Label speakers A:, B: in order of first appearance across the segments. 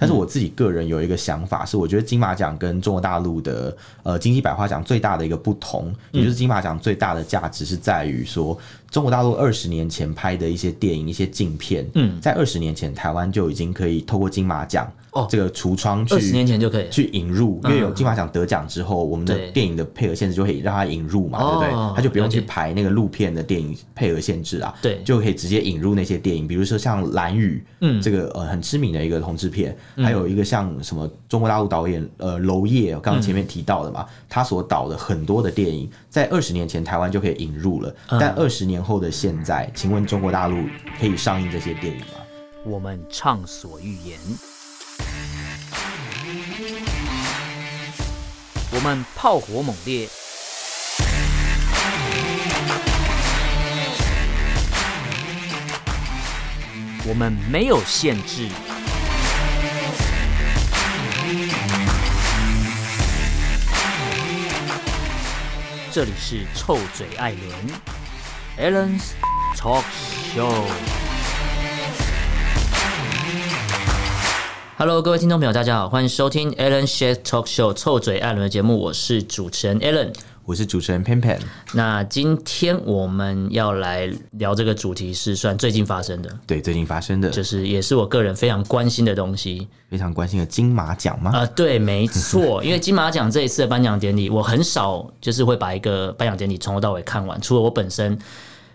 A: 但是我自己个人有一个想法是，我觉得金马奖跟中国大陆的呃金鸡百花奖最大的一个不同，
B: 嗯
A: 也就是金马奖最大的价值是在于说，中国大陆二十年前拍的一些电影、一些镜片，
B: 嗯
A: 在二十年前台湾就已经可以透过金马奖
B: 哦
A: 这个橱窗去
B: 二十年前就可以了
A: 去引入，因为有
B: 嗯
A: 金马奖得奖之后，我们的
B: 对
A: 电影的配额限制就可以让它引入嘛，对不
B: 哦
A: 对？它就不用去
B: 了解
A: 排那个录片的电影配额限制啊，
B: 对
A: 就可以直接引入那些电影，比如说像《蓝雨》，
B: 嗯
A: 这个呃很知名的一个同志片，还有一个像什么中国大陆导演呃娄烨，刚刚前
B: 嗯
A: 面提到的嘛，他所导的很多的电影，在二十年前台湾就可以引入了，
B: 嗯
A: 但二十年后的现在，请问中国大陆可以上映这些电影吗？
B: 我们畅所欲言，我们炮火猛烈，我们没有限制。这里是臭嘴艾伦 a l l e n s Talk Show。Hello，各位听众朋友，大家好，欢迎收听 Alan s h a f Talk Show 臭嘴艾伦的节目，我是主持人 Alan。
A: 我是主持人 Pan Pan，
B: 那今天我们要来聊这个主题是算最近发生的，
A: 对最近发生的
B: 就是也是我个人非常关心的东西。
A: 非常关心的金马奖吗？
B: 啊、对，没错，因为金马奖这一次的颁奖典礼，我很少就是会把一个颁奖典礼从头到尾看完，除了我本身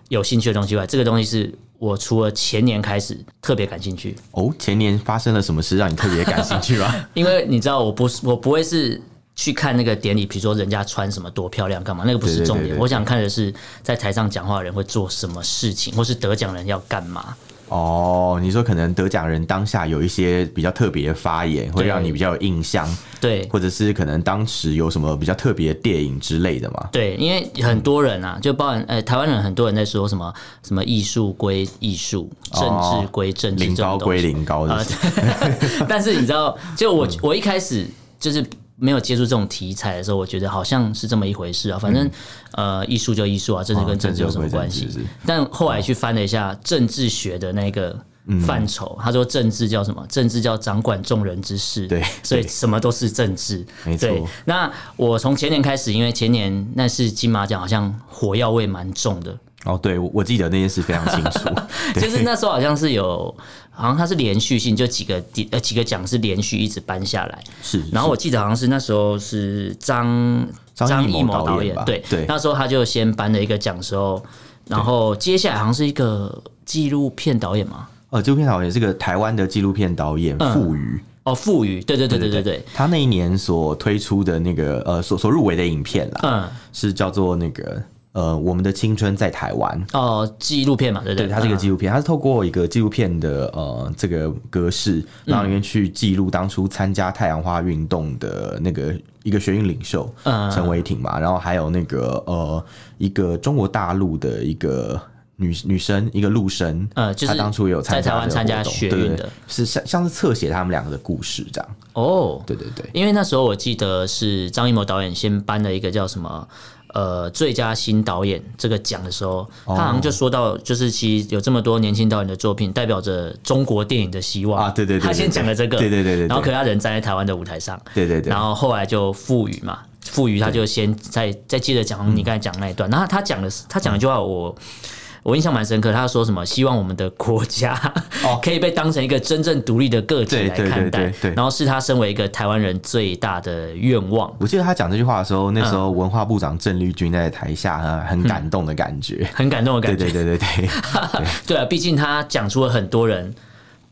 B: 有兴趣的东西外，这个东西是我除了前年开始特别感兴趣，
A: 哦，前年发生了什么事让你特别感兴趣 吗？
B: 因为你知道，我不是我不会是去看那个典礼，比如说人家穿什么多漂亮干嘛，那个不是重点。
A: 对对对对
B: 我想看的是在台上讲话的人会做什么事情，或是得奖人要干嘛。
A: 哦，你说可能得奖人当下有一些比较特别的发言，会
B: 对
A: 让你比较有印象，
B: 对
A: 或者是可能当时有什么比较特别的电影之类的嘛？
B: 对，因为很多人啊，就包含呃台湾人很多人在说什么什么艺术归艺术，政治归政治，
A: 零
B: 这种
A: 哦高
B: 东
A: 归嗯
B: 西
A: 零高的
B: 啊，，对但是你知道，就我、我一开始就是没有接触这种题材的时候，我觉得好像是这么一回事啊。反正、呃，艺术就艺术啊，政治跟
A: 嗯哦
B: 政治有什么关系？
A: 政治归政治
B: 但后来去翻了一下政治学的那个。
A: 嗯
B: 范畴，他说政治叫什么？政治叫掌管众人之事，
A: 对
B: 所以
A: 对
B: 什么都是政治，
A: 没错
B: 对那我从前年开始，因为前年那是金马奖，好像火药味蛮重的，
A: 哦，对，我我记得那件事非常清 楚。
B: 就是那时候好像是有，好像它是连续性，就几个地呃几个奖是连续一直颁下来。
A: 是，是
B: 然后我记得好像是那时候是张
A: 张艺
B: 艺
A: 谋
B: 谋
A: 导
B: 导
A: 演
B: 演
A: 吧，
B: 对
A: 对
B: 那时候他就先颁了一个奖之后，然后接下来好像是一个纪录片导演嘛，
A: 呃，纪录片导演是个台湾的纪录片导演傅瑜。
B: 哦，傅宇，对对对对对对，
A: 他那一年所推出的那个呃所所入围的影片啦，
B: 嗯，
A: 是叫做那个呃《我们的青春在台湾》。
B: 哦，纪录片嘛，对不
A: 对，
B: 对，
A: 它是一个
B: 嗯
A: 纪录片，它是透过一个纪录片的呃这个格式，然后里面去记录当初参加太阳花运动的那个一个学运领袖
B: 嗯
A: 陈伟霆嘛，然后还有那个呃一个中国大陆的一个。女女生一个陆生，
B: 呃就是
A: 她当初也有参加
B: 在台湾
A: 这个
B: 参加
A: 活动
B: 学运
A: 对对
B: 的
A: 对是像像是侧写他们两个的故事这样，
B: 哦，
A: 对对对，
B: 因为那时候我记得是张艺谋导演先颁了一个叫什么呃最佳新导演这个奖的时候，
A: 哦
B: 他好像就说到，就是其实有这么多年轻导演的作品，代表着中国电影的希望
A: 啊对对对对
B: 他先讲了这个，
A: 对对对对对
B: 然后可他人站在台湾的舞台上，
A: 对对对
B: 然后后来就赋予嘛。赋予他就先再再接着讲你刚才讲的那
A: 嗯
B: 一段，然后他讲的是他讲了一句话我我印象蛮深刻，他说什么希望我们的国家 可以被当成一个真正独立的个体
A: 哦对
B: 来
A: 对
B: 看
A: 对
B: 待
A: 对对，
B: 然后是他身为一个台湾人最大的愿望。
A: 我记得他讲这句话的时候，那时
B: 嗯
A: 候文化部长郑丽君在台下呃很感动的感觉，
B: 很感动的感
A: 对
B: 觉，
A: 对对对对，
B: 对啊，毕竟他讲出了很多人，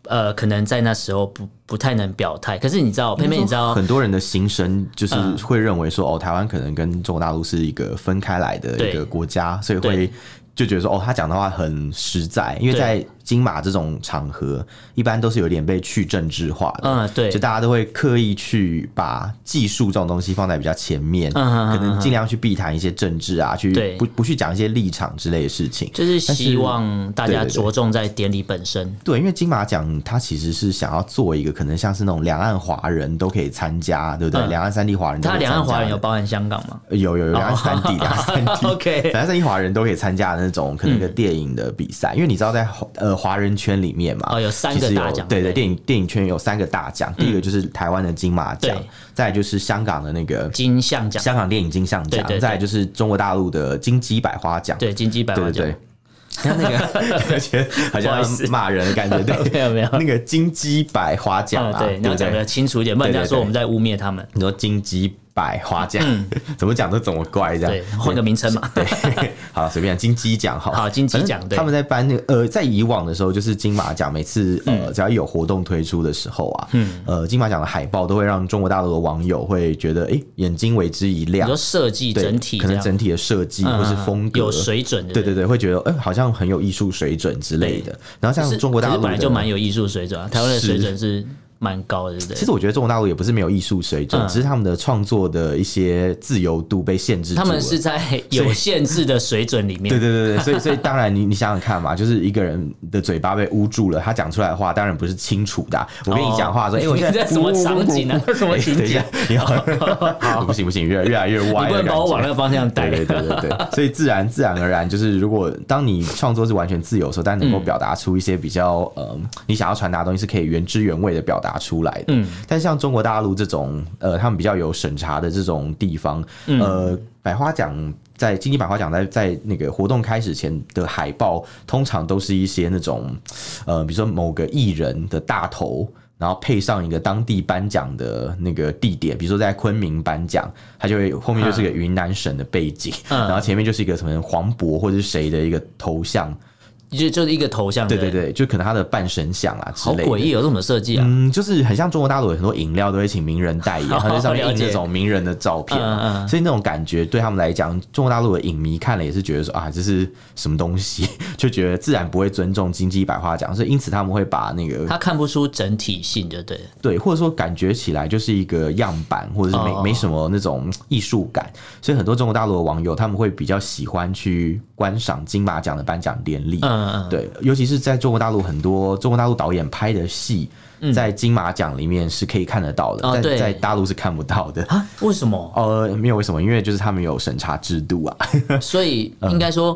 B: 呃，可能在那时候不不太能表态。可是你知道， 偏偏你知
A: 嗯
B: 道，嗯
A: 很多人的心声就是会认为说，哦，台湾可能跟中国大陆是一个分开来的一
B: 对
A: 个国家，所以
B: 对
A: 会就觉得说，哦，他讲的话很实在，因为
B: 对
A: 在金马这种场合，一般都是有点被去政治化的，
B: 嗯对
A: 就大家都会刻意去把技术这种东西放在比较前面，
B: 嗯嗯嗯
A: 可能尽量去避谈一些政治啊，去
B: 对
A: 不不去讲一些立场之类的事情，
B: 就是希望大家
A: 对对对
B: 着重在典礼本身。
A: 对，因为金马奖它其实是想要做一个可能像是那种两岸华人都可以参加，对不对？
B: 嗯
A: 两岸三地华人都可
B: 他
A: 以参加的，
B: 两岸华人有包含香港吗
A: 有有有两岸三地， 两岸三地。
B: 哦？OK，嗯
A: 两岸三地华人都可以参加的那种可能一个电影的比赛，因为你知道在呃华人圈里面嘛，
B: 哦有三个
A: 其实有
B: 大奖
A: 对
B: 对嗯
A: 对，电影电影圈有三个大奖，第一个就是台湾的金马奖
B: 对，
A: 再来就是香港的那个
B: 金像奖，
A: 香港电影金像
B: 对
A: 奖
B: 对对，
A: 再来就是中国大陆的金鸡百花奖，
B: 对金鸡百花
A: 对对
B: 奖，
A: 对。像 那个， 而且 好
B: 不
A: 像
B: 好意思
A: 骂人的感觉，对，
B: 没有没有
A: 那个金鸡百花奖
B: 啊
A: 啊，
B: 对，你要
A: 不
B: 讲的
A: 对？
B: 清楚一点，不然人
A: 对
B: 家
A: 对
B: 说
A: 对
B: 我们在污蔑他们。
A: 你说金鸡百花奖， 怎么讲都怎么怪这样，
B: 嗯对，换个名称嘛。对，
A: 好了，随便金鸡奖好了，
B: 好金鸡
A: 反
B: 奖
A: 正
B: 对
A: 他们在颁那个呃，在以往的时候，就是金马奖每次
B: 嗯
A: 呃只要有活动推出的时候啊，嗯，呃，金马奖的海报都会让中国大陆的网友会觉得，哎，眼睛为之一
B: 你
A: 亮
B: 说。设计
A: 对
B: 整体
A: 可
B: 这
A: 能
B: 样，嗯
A: 整体的设计或是风格
B: 有水准的，
A: 对对对，会觉得哎、好像很有艺术水准之类的。然后
B: 可
A: 像
B: 是
A: 中国大
B: 可
A: 陆
B: 是
A: 的
B: 本来就蛮有艺术水准啊，台湾的
A: 是
B: 水准是蛮高的，对不对？
A: 其实我觉得中国大陆也不是没有艺术水准，
B: 嗯
A: 只是他们的创作的一些自由度被限制住
B: 他
A: 了。
B: 们是在有限制的水准里面，
A: 对对对对，所以所以当然你你想想看嘛，就是一个人的嘴巴被捂住了，他讲出来的话当然不是清楚的啊、我跟你讲话说，哎、我
B: 哦 你
A: 现
B: 在什么场 景啊？什么
A: 哎
B: 情
A: 等一
B: 景
A: 下？，你好， 不行不行，越越来越
B: 你
A: 歪
B: 不
A: 了。
B: 能把我
A: 感
B: 往那
A: 觉
B: 个方向带
A: 对。对对对对，所以自然自然而然就是，如果当你创作是完全自由的时候，但能够表达出一些比较呃，你想要传达的东西是可以原汁原味的表达出来的。嗯，但像中国大陆这种呃，他们比较有审查的这种地方，呃，百花奖。在金鸡百花奖在在那个活动开始前的海报，通常都是一些那种，呃，比如说某个艺人的大头，然后配上一个当地颁奖的那个地点，比如说在昆明颁奖，它就会后面就是一个云南省的背景，
B: 嗯
A: 然后前面就是一个什么黄渤或者是谁的一个头像，
B: 嗯就就是一个头像，
A: 对
B: 对
A: 对，对，就可能他的半神像啊之
B: 好
A: 类
B: 诡
A: 的。
B: 异哦，有这种设计啊？
A: 嗯，就是很像中国大陆有很多饮料都会请名人代 言，
B: 哦
A: 它就上面
B: 了
A: 印
B: 解
A: 那种名人的照片嘛，
B: 嗯嗯嗯
A: 所以那种感觉对他们来讲，中国大陆的影迷看了也是觉得说啊，这是什么东西， 就觉得自然不会尊重金鸡百花奖，所以因此他们会把那个
B: 他看不出整体性，就对了。
A: 对，或者说感觉起来就是一个样板，或者是没、
B: 哦
A: 没什么那种艺术感，所以很多中国大陆的网友他们会比较喜欢去观赏金马奖的颁奖典礼。
B: 嗯嗯，
A: 对，尤其是在中国大陆，很多中国大陆导演拍的戏，在金马奖里面是可以看得到的，
B: 嗯哦
A: 但
B: 对
A: 在大陆是看不到的。
B: 啊，为什么？
A: 呃，没有为什么，因为就是他们有审查制度啊。
B: 所以
A: 嗯
B: 应该说，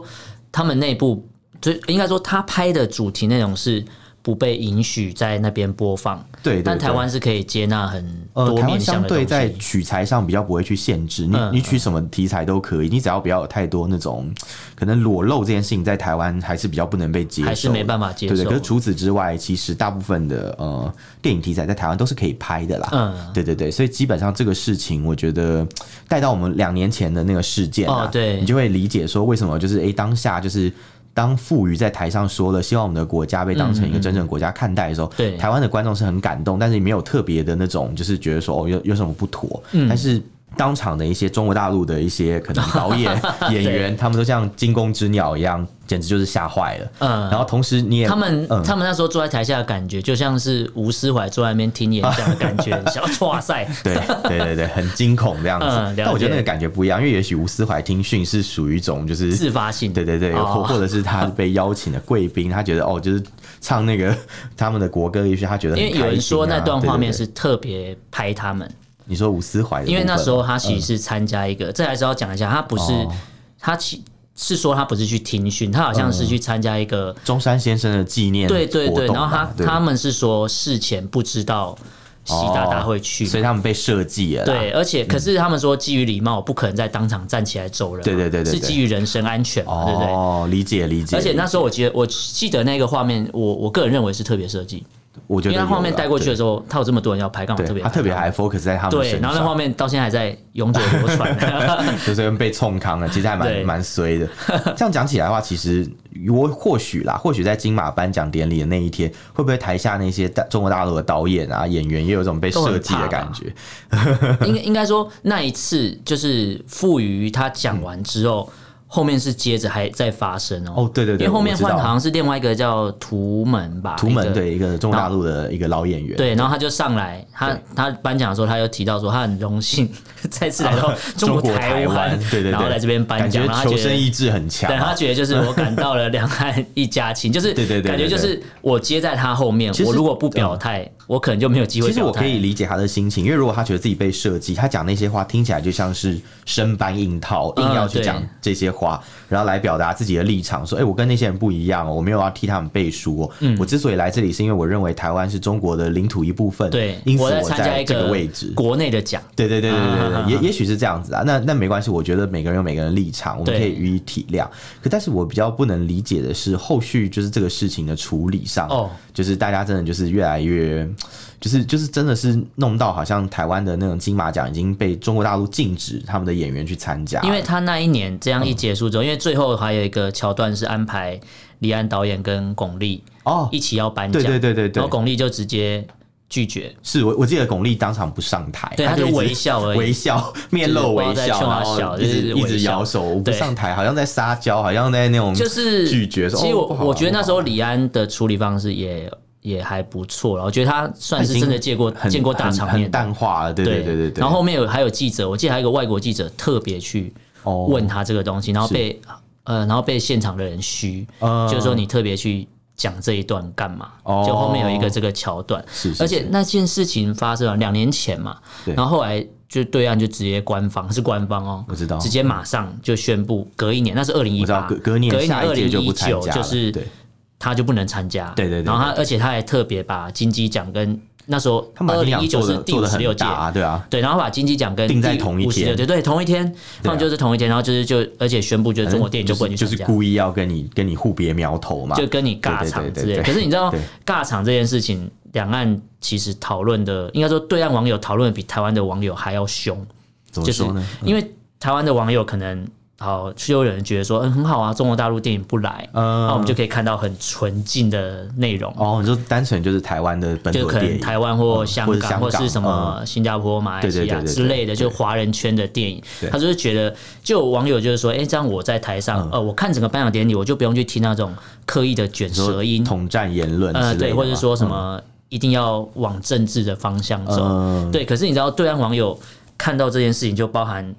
B: 他们内部就应该说，他拍的主题内容是不被允许在那边播放，
A: 对对
B: 但台
A: 对
B: 湾是可以接纳很
A: 呃，
B: 多
A: 台
B: 面
A: 湾
B: 向
A: 相
B: 的东
A: 对在
B: 西。
A: 取材上比较不会去限制你，
B: 嗯
A: 你取什么题材都可以，你只要不要有太多那种可能裸露这件事情，在台湾还是比较不能被接受的，
B: 还是没办法接受
A: 对对，可是除此之外，其实大部分的呃电影题材在台湾都是可以拍的啦。
B: 嗯
A: 对对对，所以基本上这个事情，我觉得带到我们两年前的那个事件啊，
B: 哦对
A: 你就会理解说为什么就是诶当下就是。当傅瑜在台上说了，希望我们的国家被当成一个真正的国家看待的时候，
B: 嗯对
A: 台湾的观众是很感动，但是也没有特别的那种，就是觉得说哦有有什么不妥，
B: 嗯
A: 但是。当场的一些中国大陆的一些可能导演、 演员，他们都像惊弓之鸟一样，简直就是吓坏了。
B: 嗯
A: 然后同时你也
B: 他们、
A: 嗯
B: 他们那时候坐在台下的感觉，就像是吴思怀坐在那边听演讲的感觉， 想要哇塞，
A: 对对对对，很惊恐这样子。
B: 嗯了解
A: 但我觉得那个感觉不一样，因为也许吴思怀听讯是属于一种就是
B: 自发性
A: 对对对，
B: 哦
A: 或、或者是他被邀请的贵宾，他觉得哦，就是唱那个 他们的国歌，也许他觉得很
B: 因为有人说
A: 开心啊
B: 那段画面
A: 对对
B: 是特别拍他们，
A: 对你说吴思怀的部分吗，啊嗯
B: 因为那时候他其实是参加一个，这还是要讲一下，他不是、
A: 哦
B: 他其是说他不是去听训，他好像是去参加一个。
A: 中山先生的纪念
B: 对对对，
A: 嗯活动
B: 然后
A: 嘛
B: 他
A: 对
B: 他们是说事前不知道习大大会去，
A: 所以他们被设计嗯了啦。
B: 对，而且可是他们说基于礼貌，不可能在当场站起来走人嘛，
A: 对对对对对
B: 是基于人身安全嘛，对不对？
A: 哦，理解理解。
B: 而且那时候我记得，我记得那个画面，我我个人认为是特别设计，
A: 我觉
B: 因
A: 得
B: 为他画面
A: 有啦
B: 带过去的
A: 对
B: 时候，他有这么多人要拍，干嘛特
A: 对，
B: 别
A: 他特别
B: 拍
A: 还 focus 在他们
B: 对，
A: 身
B: 然后那
A: 上
B: 画面到现在还在永久流 传。
A: 就是被冲康了，其实还蛮
B: 对
A: 蛮衰 的。这样讲起来的话，其实我或许啦，或许在金马颁奖典礼的那一天，会不会台下那些大中国大陆的导演啊、演员也有一种被
B: 都很
A: 设计的
B: 怕吧
A: 感觉？
B: 应该应该说那一次就是傅瑜他讲完之后，后面是接着还在发生哦。
A: 哦对对对
B: 因为后面
A: 我知道
B: 换好像是另外一个叫图门吧，
A: 图门
B: 一个
A: 对一个中国大陆的一个老演员，
B: 对，然后他就上来，他
A: 对
B: 他颁奖的时候，他又提到说，他很荣幸 再次来 到
A: 中
B: 中国
A: 国
B: 台
A: 湾，对对对，
B: 然后来这边颁奖，然
A: 感
B: 后
A: 觉求
B: 他觉
A: 生
B: 得。
A: 意志很强
B: 对他
A: 啊。
B: 觉得就是我感到了两岸一家 亲，就是
A: 对对对对
B: 感觉就是我接在他后面
A: 其，实
B: 我如果不表态，我可能就没有机会
A: 其实
B: 表
A: 我可
B: 态。
A: 以理解他的心情，因为如果他觉得自己被设计，他讲那些话听起来就像是生搬硬套，硬要去
B: 对
A: 讲这些话，话，然后来表达自己的立场，说：“哎、我跟那些人不一样、哦，我没有要替他们背书、哦。
B: 嗯
A: 我之所以来这里，是因为我认为台湾是中国的领土一部分，
B: 对，
A: 因此
B: 我在
A: 我
B: 参加
A: 在
B: 一
A: 这个位置。”
B: 国内的奖，
A: 对对对对对
B: 啊
A: 对， 也也许是这样子啊。那那没关系，我觉得每个人有每个人的立场，我们
B: 对
A: 可以予以体谅。可但是我比较不能理解的是，后续就是这个事情的处理上，
B: 哦
A: 就是大家真的就是越来越，就是就是真的是弄到好像台湾的那种金马奖已经被中国大陆禁止他们的演员去参加，
B: 因为他那一年这样一结束之后，因为最后还有一个桥段是安排李安导演跟巩俐
A: 哦，
B: 一起要颁奖，
A: 对对对对
B: 然
A: 对
B: 后，巩俐就直接拒绝，
A: 是我我记得巩俐当场不上台，
B: 对，他
A: 就
B: 就
A: 一直
B: 微笑而
A: 微
B: 已。
A: 笑，面露微
B: 不知道在
A: 笑，
B: 冲
A: 然
B: 他
A: 后
B: 笑
A: 一直
B: 就是微
A: 一直
B: 笑
A: 摇手，我不
B: 对
A: 上台，好像在撒娇，好像在那种
B: 就是
A: 拒绝说
B: 其实
A: 哦
B: 我、
A: 不好啊
B: 我觉得那时
A: 不
B: 候
A: 好啊
B: 李安的处理方式也也还不错了，我觉得他算
A: 已
B: 是
A: 经
B: 真的见过
A: 很
B: 见过大
A: 很
B: 场
A: 很
B: 面的，
A: 淡化了，对对对对对。
B: 然后后面有还有记者，我记得还有一个外国记者特别去
A: 哦
B: 问他这个东西，然后被呃，然后被现场的人嘘，
A: 嗯
B: 就是说你特别去讲这一段干嘛？
A: 哦
B: 就后面有一个这个桥段，
A: 是是
B: 而且
A: 是
B: 那件事情发生了两年前嘛，
A: 对
B: 然后后来就对岸就直接官方是官方哦，
A: 我知道
B: 直接马上就宣布隔一年，那是二零一
A: 我知道
B: 八，
A: 隔隔年
B: 隔一年
A: 下
B: 二
A: 一届
B: 零
A: 就
B: 一
A: 不参
B: 九
A: 加
B: 就
A: 了，
B: 是
A: 对，
B: 他就不能参加，
A: 对对对
B: 然后他而且他还特别把金鸡奖跟那时候
A: 他们
B: 二
A: 把金
B: 零一
A: 奖
B: 九
A: 做
B: 是
A: 的
B: 第
A: 做
B: 五
A: 的
B: 十
A: 很
B: 六届
A: 大啊，对啊，
B: 对，然后把金鸡奖跟
A: 定在同一
B: 天，
A: 天啊
B: 对对，同一天，他们就是同一天，然后就是就而且宣布就是中国哎电影就不能去
A: 就
B: 参
A: 是
B: 加，
A: 故意要跟你跟你互别苗头嘛，
B: 就跟你尬场之类的。
A: 对对对对对
B: 可是你知道
A: 对
B: 尬场这件事情，两岸其实讨论的，应该说对岸网友讨论得比台湾的网友还要凶，
A: 怎么
B: 就是
A: 说呢？嗯
B: 因为台湾的网友可能。好，就有人觉得说，嗯，很好啊，中国大陆电影不来，
A: 嗯
B: 那我们就可以看到很纯净的内容，
A: 哦，你说单纯就是台湾的本
B: 就
A: 土
B: 可
A: 的电
B: 能
A: 影，哦
B: 台湾或香
A: 或者
B: 港
A: 香
B: 或
A: 港嗯
B: 是什么新加坡、马来西亚
A: 对对对对对
B: 之类
A: 对
B: 的，就华人圈的电影
A: 对，
B: 他就是觉得，就有网友就是说，哎，这样我在台上，
A: 嗯
B: 呃，我看整个颁奖典礼，我就不用去听那种刻意的卷
A: 说
B: 舌音，
A: 统战言论
B: 呃，
A: 之类
B: 对，
A: 的
B: 或者
A: 嘛
B: 说什么一定要往政治的方向走，
A: 嗯
B: 对。可是你知道，对岸网友看到这件事情，就包含。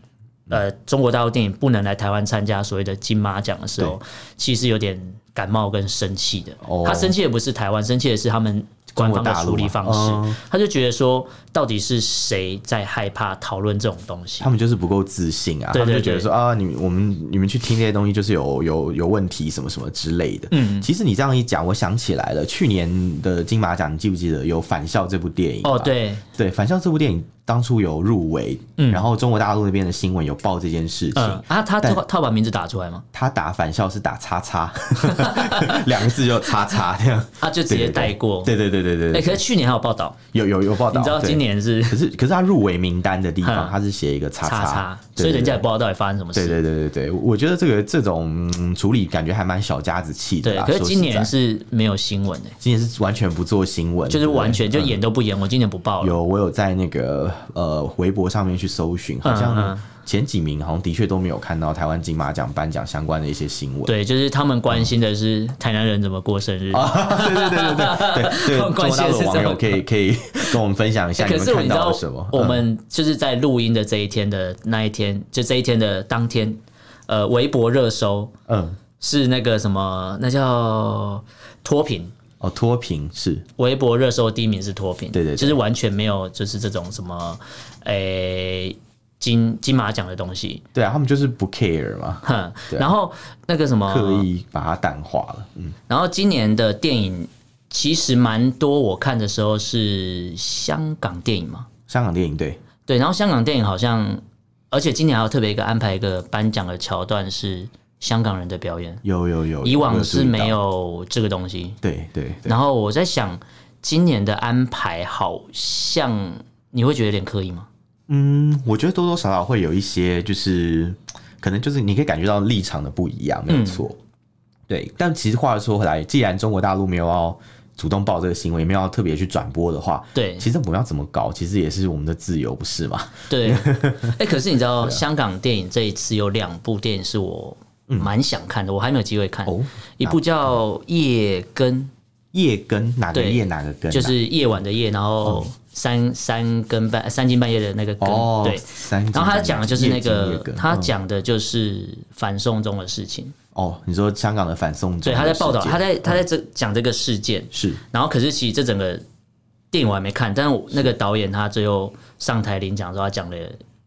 B: 呃，中国大陆电影不能来台湾参加所谓的金马奖的时候，其实有点感冒跟生气的。
A: 哦
B: 他生气的不是台湾，生气的是他们官方的处理方
A: 中国大陆啊
B: 式。
A: 嘛
B: 他就觉得说，到底是谁在害怕讨论这种东西
A: 他？们就是不够自信啊，
B: 对对
A: 他们就觉得
B: 对
A: 说啊，你我们你们去听这些东西就是有有有问题什么什么之类的。嗯，其实你这样一讲，我想起来了，去年的金马奖，你记不记得有《返校》这部电影？啊
B: 哦，，对，
A: 对，《返校》这部电影当初有入围，然后中国大陆那边的新闻有报这件事情。
B: 嗯啊，他
A: 但
B: 他他把名字打出来吗？
A: 他打返校是打叉叉， 两个字就叉叉这样，
B: 他啊就直接带过。
A: 对对对对对
B: 哎，
A: 对，
B: 可是去年还有报道，
A: 有有有报道，
B: 你知道
A: 对
B: 今年是
A: 可是可是他入围名单的地方，
B: 嗯
A: 他是写一个叉
B: 叉叉，
A: 对
B: 所以人家也
A: 对
B: 不知道到底发生什么
A: 对
B: 事。
A: 对对对对，我觉得这个这种、嗯处理感觉还蛮小家子气的
B: 对，
A: 啦。
B: 可是
A: 说实
B: 今年
A: 在
B: 是没有新闻的，欸
A: 今年是完全不做新闻，
B: 就是
A: 对不对嗯
B: 完全就演都不演，我今年不报了。
A: 有我有在那个呃微博上面去搜寻，好
B: 嗯
A: 像
B: 嗯
A: 前几名好像的确都没有看到台湾金马奖颁奖相关的一些新闻。
B: 对，就是他们关心的是台南人怎么过生日。
A: 对对对对对对对，中
B: 关
A: 国
B: 系
A: 大陆
B: 是
A: 的网
B: 这
A: 友
B: 样
A: 可以可以跟我们分享一下你
B: 可
A: 们
B: 是
A: 看
B: 你知
A: 到
B: 道
A: 了什么？，
B: 我
A: 嗯
B: 们就是在录音的这一天的那一天，就这一天的当天，呃，微博热搜
A: 嗯
B: 是那个什么，那叫脱贫。
A: 哦脱贫是
B: 微博热搜第一名是脱贫，
A: 对对对
B: 就是完全没有就是这种什么，诶、金金马奖的东西，
A: 对啊，他们就是不 care 嘛，
B: 哼，
A: 对啊
B: 然后那个什么，
A: 刻意把它淡化了。嗯，
B: 然后今年的电影其实蛮多，我看的时候是香港电影嘛，
A: 香港电影对
B: 对，然后香港电影好像，而且今年还有特别一个安排一个颁奖的桥段是香港人的表演，
A: 有有有，
B: 以往是
A: 有注意
B: 没
A: 到。
B: 有这个东西。
A: 对对对，
B: 然后我在想，今年的安排好像你会觉得有点刻意吗？
A: 嗯，我觉得多多少少会有一些，就是可能就是你可以感觉到立场的不一样，没有错。
B: 嗯
A: 对，但其实话说回来，既然中国大陆没有要主动报这个新闻，也没有要特别去转播的话，
B: 对
A: 其实我们要怎么搞，其实也是我们的自由，不是吗？
B: 对，哎、可是你知
A: 啊
B: 道、香港电影这一次有两部电影是我
A: 嗯
B: 蛮想看的，我还没有机会看。
A: 哦，
B: 一部叫《夜根
A: 夜更哪个
B: 对
A: 夜哪个更、》，啊？
B: 就是夜晚的夜，然后三、三更半三更半夜的那个更，
A: 哦，
B: 对。
A: 三更半夜。
B: 然后他讲的就是那
A: 夜更夜
B: 个
A: 更，
B: 他
A: 嗯
B: 讲的就是反送中的事情。
A: 哦，你说香港的反送中
B: 对，
A: 的事件，
B: 他在报道，他在他在这讲这个事件。
A: 是
B: 然后可是其实这整个电影我还没看，但是我那个导演他最后上台领奖的时候，他讲了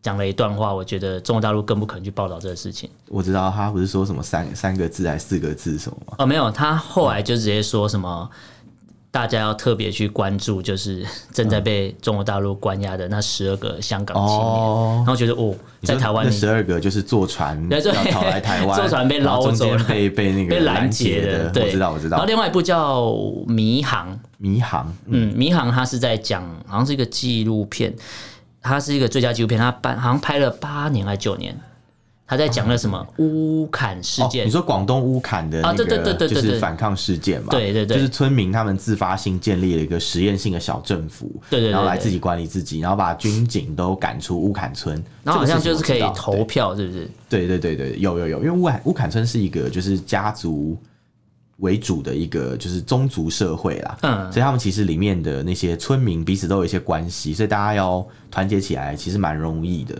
B: 讲了一段话，我觉得中国大陆更不可能去报道这个事情。
A: 我知道他不是说什么三三个字还是四个字什么吗？
B: 哦，没有，他后来就直接说什么。大家要特别去关注，就是正在被中国大陆关押的那十二个香港青年，
A: 哦
B: 然后觉得哦，在台湾
A: 十二个就是坐船
B: 对对
A: 要逃来台湾，
B: 坐船被
A: 然后
B: 捞
A: 中
B: 走了
A: 间被被那个
B: 被拦
A: 截
B: 截的，对，
A: 我知道我知
B: 然
A: 道
B: 后。另外一部叫《迷航》，
A: 迷航，嗯
B: 嗯，《迷航》它是在讲，好像是一个纪录片，它是一个最佳纪录片，它拍好像拍了八年还是九年，它在讲那什么乌坎事
A: 啊哦，
B: 件
A: 你，说广东乌坎的
B: 啊
A: 那
B: 对对
A: 个
B: 对对
A: 就
B: 对
A: 是
B: 对
A: 反抗事件嘛？
B: 对对对
A: 就是村民他们自发性建立了一个实验性的小政府，
B: 对对对
A: 然后来
B: 对
A: 自己管理自己，然后把军警都赶出乌坎村，
B: 然后好像
A: 这
B: 就
A: 个
B: 是
A: 事
B: 可
A: 情
B: 以
A: 我知道
B: 投票，是不是？
A: 对对对对，有有有，因为乌坎乌坎村是一个就是家族为主的一个就是宗族社会啦，
B: 嗯
A: 所以他们其实里面的那些村民彼此都有一些关系，所以大家要团结起来其实蛮容易的，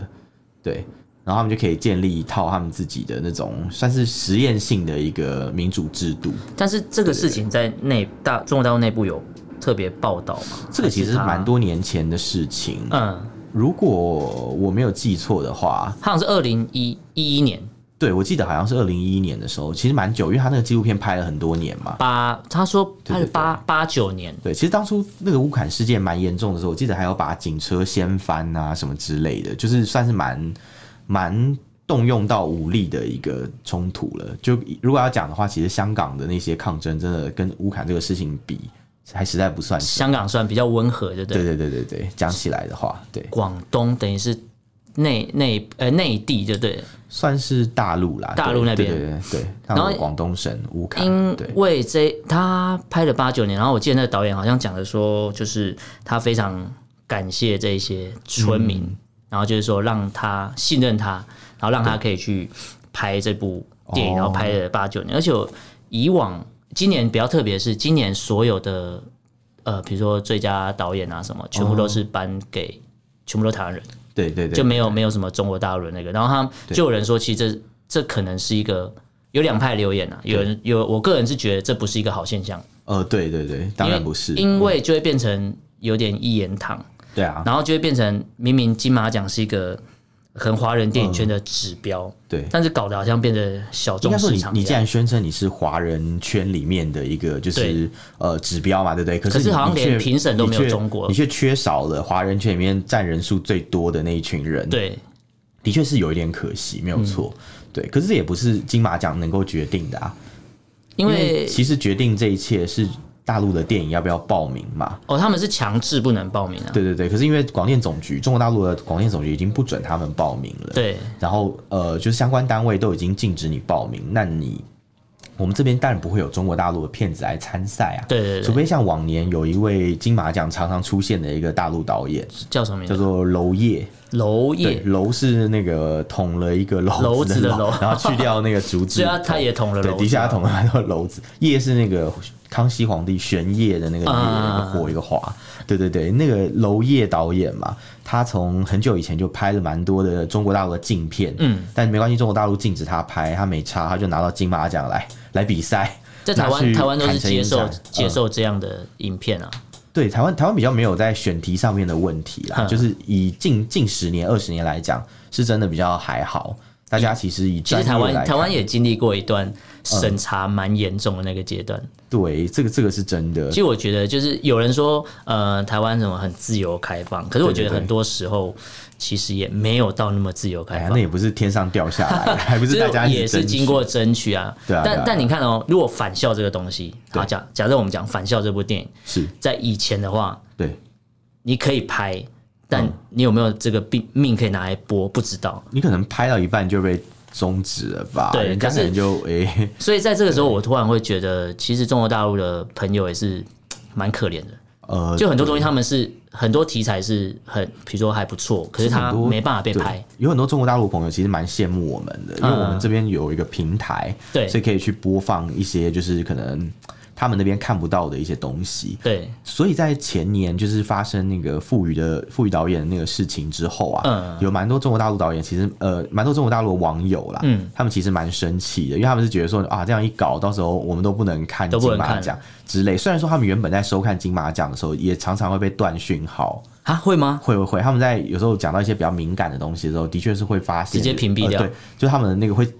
A: 对。然后他们就可以建立一套他们自己的那种算是实验性的一个民主制度，
B: 但是这个事情在内大中国大陆内部有特别报道吗？
A: 这个其实是
B: 还是它
A: 蛮多年前的事情。
B: 嗯，
A: 如果我没有记错的话，
B: 它好像是二零一一一年
A: 对我记得好像是二零一一年的时候，其实蛮久，因为他那个纪录片拍了很多年嘛。
B: 八，他说
A: 对
B: 他是八八九年，
A: 对，其实当初那个乌坎事件蛮严重的时候，我记得还有把警车掀翻啊什么之类的，就是算是蛮蛮动用到武力的一个冲突了。就如果要讲的话，其实香港的那些抗争真的跟乌坎这个事情比，还实在不算什么。
B: 香港算比较温和，对不
A: 对
B: 对？
A: 对对对对，讲起来的话，对，
B: 广东等于是内内呃内地，对不对了？
A: 算是大陆啦，
B: 大陆
A: 对
B: 那边
A: 对对对对，然
B: 然
A: 后
B: 后
A: 广东省乌坎，
B: 因
A: 对
B: 为这他拍了八九年，然后我记得那个导演好像讲的说，就是他非常感谢这些村民，然后就是说让他信任他，然后让他可以去拍这部电影，
A: 哦
B: 然后拍了八九年，而且我以往今年比较特别是今年所有的呃，比如说最佳导演啊什么，全部都是颁给、全部都台湾人。
A: 对对对，
B: 就没有没有什么中国大陆的那个。然后他们就有人说，其实这这可能是一个有两派留言啊，有人有我个人是觉得这不是一个好现象，
A: 呃，对对对，当
B: 因
A: 然
B: 为
A: 不是，
B: 因为就会变成有点一言堂，
A: 对啊，
B: 然后就会变成明明金马奖是一个。很华人电影圈的指标，
A: 对。
B: 但是搞得好像变得小
A: 嗯应
B: 众
A: 该说
B: 市
A: 你
B: 场一
A: 你既
B: 样。
A: 然宣称你是华人圈里面的一个就是
B: 对
A: 呃指标嘛，对不对？可
B: 可是
A: 你
B: 好像
A: 你却
B: 连评审都
A: 你
B: 没有
A: 却
B: 中国
A: 你却缺少了华人圈里面占人数最多的那一群人，，
B: 对，嗯
A: 的确是有一点可惜，没有错。对，可是这也不是金马奖能够决定的啊，
B: 因
A: 因
B: 为
A: 其实决定这一切是大陆的电影要不要报名嘛。
B: 哦，他们是强制不能报名啊。
A: 对对对，可是因为广电总局，中国大陆的广电总局已经不准他们报名了，
B: 对，
A: 然后呃，就是相关单位都已经禁止你报名，那你我们这边当然不会有中国大陆的骗子来参赛啊。
B: 对对对
A: 除非像往年有一位金马奖常常出现的一个大陆导演，
B: 叫什么名
A: 叫
B: 字？
A: 做娄烨。
B: 娄
A: 对，
B: 烨，
A: 娄是那个捅了一个篓
B: 篓
A: 子
B: 子的
A: 篓，
B: 篓
A: 然后去掉那个竹字
B: 所以
A: 头，
B: 他他也捅了
A: 对
B: 娄，
A: 底
B: 子
A: 下
B: 啊。
A: 捅了很多 篓子。烨是那个康熙皇帝玄烨的那个烨，
B: 啊
A: 那个火一个华，对对对，那个娄烨导演嘛，他从很久以前就拍了蛮多的中国大陆的禁片，嗯，但没关系，中国大陆禁止他拍，他没差，他就拿到金马奖来 来比赛。
B: 在台
A: 拿
B: 湾，
A: 去
B: 台湾都是
A: 砍成
B: 接
A: 一
B: 受
A: 战
B: 接
A: 嗯
B: 受这样的影片啊。
A: 对台湾，台湾比较没有在选题上面的问题啦，
B: 嗯
A: 就是以近近十年、二十年来讲，是真的比较还好。大家其实以
B: 其
A: 专
B: 实
A: 业
B: 台湾
A: 来
B: 台湾
A: 看
B: 也经历过一段审查蛮严重的那个阶段。
A: 对这个这个是真的
B: 其，实我觉得，就是有人说，呃，台湾什么很自由开放，可是我觉
A: 对
B: 得
A: 对对
B: 很多时候其实也没有到那么自由
A: 哎
B: 开
A: 呀，
B: 放
A: 那。也不是天上掉下来 的，还不
B: 就是
A: 大家一直
B: 也是
A: 争取
B: 经过争取啊，
A: 对啊对啊
B: 但
A: 对啊
B: 但你看哦，如果返校这个东西，好
A: 对
B: 假假设我们讲返校这部电影，
A: 是
B: 在以前的话，
A: 对。
B: 你可以拍，但你有没有这个命命可以拿来播，不知道。
A: 你可能拍到一半就被终止了吧？
B: 对
A: 人家
B: 可
A: 可
B: 是
A: 能就诶、
B: 所以在这个时候，我突然会觉得，其实中国大陆的朋友也是蛮可怜的。
A: 呃，
B: 就很多东西，他们是很多题材是很，比如说还不错，可是他
A: 很多
B: 没办法被
A: 对
B: 拍。嗯
A: 有很多中国大陆朋友其实蛮羡慕我们的，因为我们这边有一个平台，
B: 对
A: 所以可以去播放一些就是可能他们那边看不到的一些东西。
B: 对，
A: 所以在前年就是发生那个傅宇的傅宇导演的那个事情之后啊，
B: 嗯
A: 有蛮多中国大陆导演其实呃蛮多中国大陆的网友啦，
B: 嗯
A: 他们其实蛮生气的，因为他们是觉得说啊这样一搞，到时候我们都不能看
B: 都不
A: 金
B: 能
A: 马
B: 看
A: 奖之类。虽然说他们原本在收看金马奖的时候，也常常会被断讯号，
B: 啊，会吗？
A: 会会会，他们在有时候讲到一些比较敏感的东西的时候，的确是会发现
B: 直接屏蔽掉
A: 呃对，就是他们的那个会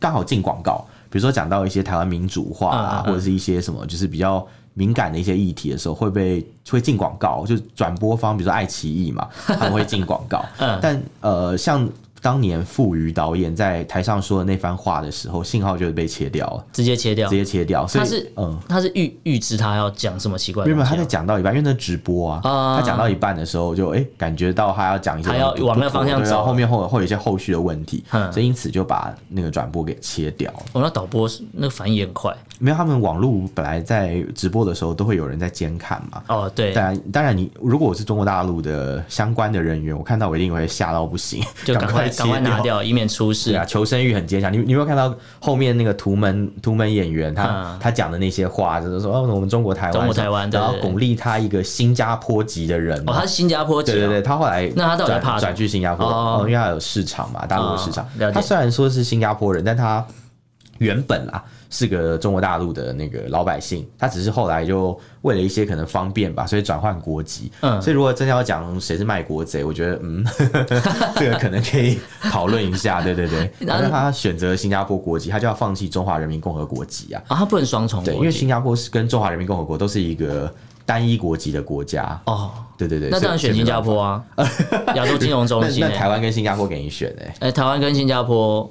A: 刚好进广告，比如说讲到一些台湾民主化
B: 嗯
A: 啊
B: 嗯，嗯
A: 或者是一些什么就是比较。敏感的一些议题的时候，会被会进广告，就是转播方，比如说爱奇艺嘛，他们会进广告。
B: 嗯
A: 但呃，像当年傅瑜导演在台上说的那番话的时候，信号就被切掉了，
B: 直接切掉
A: 直。接切掉。所以
B: 哦他是
A: 嗯，
B: 他是预预知他要讲什么奇怪
A: 没
B: 的
A: 有，没
B: 东
A: 有
B: 西
A: 他在
B: 啊，
A: 讲到一半，因为那直播啊，
B: 啊
A: 他讲到一半的时候就哎、诶感觉到他要讲一些
B: 他要
A: 东西
B: 往那个方向
A: 对然啊后
B: 走
A: 后面后会有一些后续的问题，
B: 嗯
A: 所以因此就把那个转播给切掉。
B: 我、哦那导播是那个反应也很快
A: 没有，他们网络本来在直播的时候都会有人在监看嘛。
B: 哦，对，
A: 当然，当然你，如果我是中国大陆的相关的人员，我看到我一定会吓到不行，
B: 就赶快
A: 切
B: 赶快拿掉，以免出事
A: 对啊，。求生欲很坚强。你你有没有看到后面那个图门图门演员他、
B: 嗯
A: 他讲的那些话，就是说哦，我们中国台湾，
B: 中国台湾对
A: 然后
B: 对对
A: 巩俐她一个新加坡籍的人
B: 哦，
A: 嘛，
B: 他是新加坡籍、
A: 对
B: 啊，
A: 对对，他后来
B: 那他到底在
A: 转
B: 怕什么
A: 转去新加坡，
B: 哦
A: 哦，因为他有市场嘛，大陆的市场
B: 哦了。解
A: 他虽然说是新加坡人，但他原本啊是个中国大陆的那个老百姓，他只是后来就为了一些可能方便吧，所以转换国籍。
B: 嗯
A: 所以如果真的要讲谁是卖国贼，我觉得嗯， 这个可能可以讨论一下。对对对，
B: 然后
A: 那他选择新加坡国籍，他就要放弃中华人民共和国籍啊。
B: 啊，他不能双重
A: 对，
B: 国
A: 因为
B: 籍
A: 新加坡是跟中华人民共和国都是一个单一国籍的国家。
B: 哦，
A: 对对对，
B: 那当然
A: 所以
B: 选新加。坡啊，亚洲金融中
A: 那
B: 心、
A: 那台
B: 欸。
A: 湾跟新加坡给你选 哎、
B: 哎、台湾跟新加坡，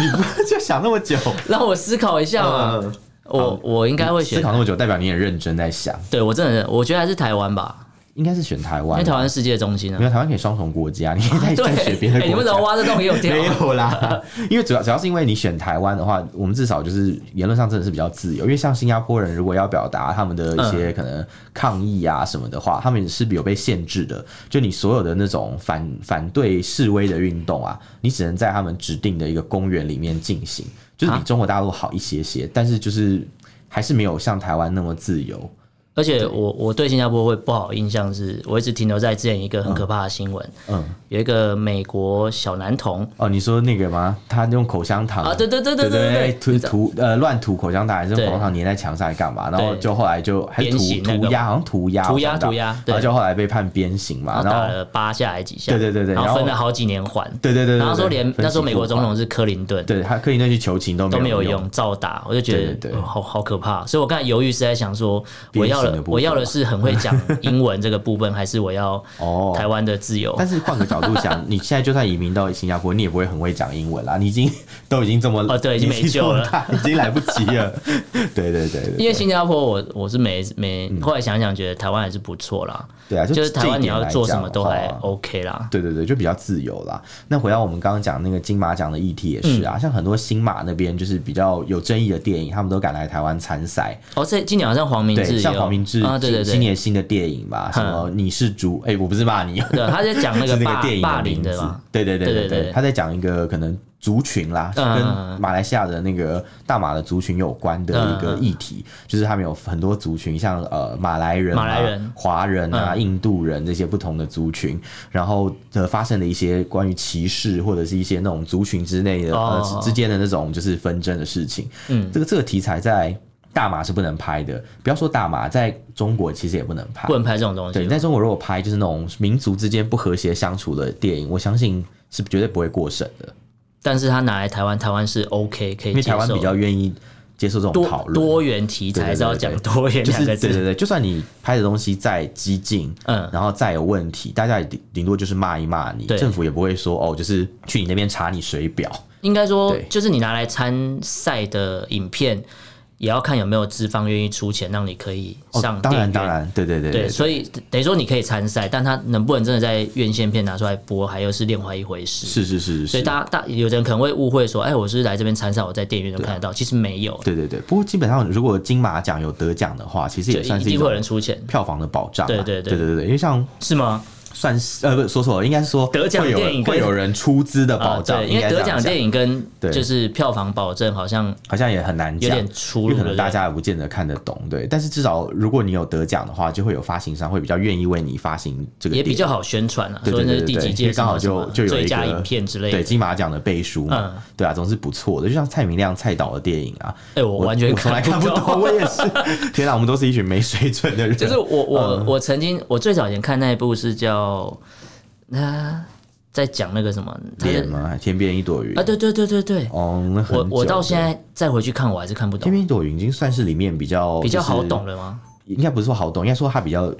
A: 你不就想那么久？
B: 让我思考一下嘛。
A: 嗯
B: 我我应该会
A: 思
B: 选，
A: 考那么久，代表你也认真在想，
B: 对我真的，我觉得还是台湾吧，
A: 应该是选台
B: 因
A: 湾
B: 为。台湾是世界中心
A: 没
B: 啊。
A: 有台湾可以双重国家，你可以再
B: 对，
A: 再选别的
B: 哎你
A: 国
B: 为什
A: 家
B: 么。挖这洞给我跳？
A: 没有啦， 因为主要主要是因为你选台湾的话，我们至少就是言论上真的是比较自由。因为像新加坡人如果要表达他们的一
B: 嗯
A: 些可能抗议啊什么的话，他们是有被限制的。就你所有的那种反反对示威的运动啊，你只能在他们指定的一个公园里面进行，就是比
B: 啊
A: 中国大陆好一些些，但是就是还是没有像台湾那么自由。
B: 而且我我对新加坡会不好印象是，我一直停留在之前一个很可怕的新闻，
A: 嗯，
B: 有一个美国小男童
A: 哦，你说那个吗？他用口香糖
B: 啊，对对对
A: 对
B: 对
A: 涂
B: 对
A: 涂呃乱涂口香糖还是
B: 对
A: 用口香糖粘在墙上还干嘛？然后
B: 对
A: 就后来就还是
B: 鞭刑
A: 涂
B: 那个
A: 涂鸦，好像涂鸦
B: 涂鸦
A: 我想到
B: 涂鸦对
A: 然后就后来被判鞭刑嘛，
B: 然后打
A: 然后
B: 了八下还几下，
A: 对对对对然
B: 然后
A: 后
B: 分了好几年还，
A: 对对对对，
B: 然后说
A: 对
B: 连
A: 分
B: 那时候
A: 期
B: 美国
A: 付
B: 总
A: 款
B: 统是克林顿，
A: 对他克林顿去求情都
B: 都
A: 没
B: 没有
A: 用
B: 用，，照打，我就觉得
A: 对对对
B: 哦好好可怕，所以我刚才犹豫是在想说，
A: 变
B: 我要
A: 形
B: 了
A: 的部分
B: 我要的是很会讲英文这个部分，还是我要
A: 哦
B: 台湾的自由？
A: 但是换个角度 想，你现在就算移民到新加坡，你也不会很会讲英文啦。你已经 都已经这么
B: 哦对已经没救
A: 这
B: 了，
A: 么大已经来不及了。 对对对对，
B: 因为新加坡我，我是没没，
A: 嗯
B: 后来想想觉得台湾还是不错啦，
A: 对啊，就
B: 就是台
A: 这一
B: 湾你
A: 点
B: 要
A: 来
B: 做什
A: 讲
B: 么
A: 的
B: 都还
A: 话
B: OK 啦。
A: 对对对，就比较自由啦。那回到我们刚刚讲那个金马奖的议题也是啊，像很多新马那边就是比较有争议的电影，他们都敢来台湾参赛。
B: 哦，这今年好像黄明志
A: 对，
B: 也
A: 像
B: 有
A: 黄明志
B: 啊，对对
A: 今
B: 对，
A: 年新的电影吧，什么你是猪，哎，我不是骂你，
B: 对，他在讲那 个
A: 是那
B: 霸
A: 个电影
B: 霸
A: 的
B: 凌
A: 名
B: 的
A: 字
B: 嘛，。
A: 对对
B: 对
A: 对对
B: 对对
A: 对，他在讲一个可能族群啦，是
B: 嗯
A: 跟
B: 嗯嗯
A: 马来西亚的那个大马的族群有关的一个议题，就是他们有很多族群，像呃马来人、
B: 马来人、
A: 华人啊、
B: 嗯
A: 印度人这些不同的族群，然后呃发生的一些关于歧视或者是一些那种族群之内的
B: 哦
A: 呃之间的那种就是纷争的事情。
B: 嗯
A: 这个这个题材在。大马是不能拍的，不要说大马，在中国其实也不能拍
B: 不，能拍这种东
A: 对，
B: 西。
A: 在中国如果拍就是那种民族之间不和谐相处的电影，我相信是绝对不会过审的，
B: 但是他拿来台湾，台湾是 OK 可以
A: 因为
B: 接受。
A: 台湾比较愿意接受这种讨
B: 多
A: 论。
B: 多元题
A: 对
B: 材
A: 对
B: 是要
A: 对
B: 讲
A: 对
B: 多元
A: 就是
B: 两个
A: 对对
B: 字，
A: 对，就算你拍的东西再激进，
B: 嗯
A: 然后再有问题，大家也顶顶多就是骂一骂你，
B: 对
A: 政府也不会说哦，就是去你那边查你水表。
B: 应该说
A: 对
B: 就是你拿来参赛的影片，也要看有没有资方愿意出钱让你可以
A: 哦
B: 上，
A: 当
B: 电
A: 然
B: 影
A: 当
B: 院
A: 然，对对对
B: 对，所以等于说你可以参赛，但他能不能真的在院线片拿出来播，还又是另外一回事。
A: 是是是是，
B: 所以大家大有的人可能会误会说，哎，我是来这边参赛，我在电影院都看得到，其实没有，
A: 对对啊对。不过基本上，如果金马奖有得奖的话，其实
B: 就
A: 也算
B: 一
A: 是一
B: 定会有
A: 种
B: 人出钱，
A: 票房的保障啊。
B: 对对
A: 对
B: 对
A: 对对，因为像
B: 是吗？
A: 算是呃不说错了，应该是说
B: 得奖
A: 会有
B: 电影
A: 人
B: 跟
A: 会有人出资的
B: 啊，
A: 保障，
B: 对，因
A: 应
B: 为
A: 该这
B: 得
A: 样
B: 奖
A: 讲
B: 电影跟
A: 对
B: 就是票房保证好像
A: 好像也很难
B: 有
A: 讲，
B: 点出
A: 因为
B: 入，
A: 可
B: 对不
A: 能
B: 对
A: 大家也不见得看得懂，对。但是至少如果你有得奖的话，就会有发行商会比较愿意为你发行这个
B: 也
A: 电影，
B: 比较好宣传啊，
A: 对
B: 说
A: 对
B: 那
A: 对
B: 是
A: 对
B: 第
A: 对，
B: 几
A: 因
B: 届
A: 为刚好
B: 什么
A: 就
B: 什么
A: 就有一
B: 最
A: 个
B: 佳影片之类
A: 对
B: 的。
A: 金马奖的背书嘛，
B: 嗯
A: 对啊，总是不错的。就像蔡明亮蔡导的电影啊，
B: 哎，我完全
A: 我从来看
B: 不
A: 不懂，我也是。天哪，我们都是一群没水准的人。
B: 就是我
A: 嗯
B: 我我曾经我最早以前看那一部是叫他在讲那个什么他是
A: 脸吗？天边一朵云
B: 啊，对对对对对，
A: 哦，那很
B: 我我
A: 久
B: 到
A: 了
B: 现在再回去看我还是看不
A: 天
B: 懂，
A: 边一朵云已经算是里面比较
B: 比较
A: 就是
B: 好懂了吗？
A: 应该不是说好懂，应该说它比较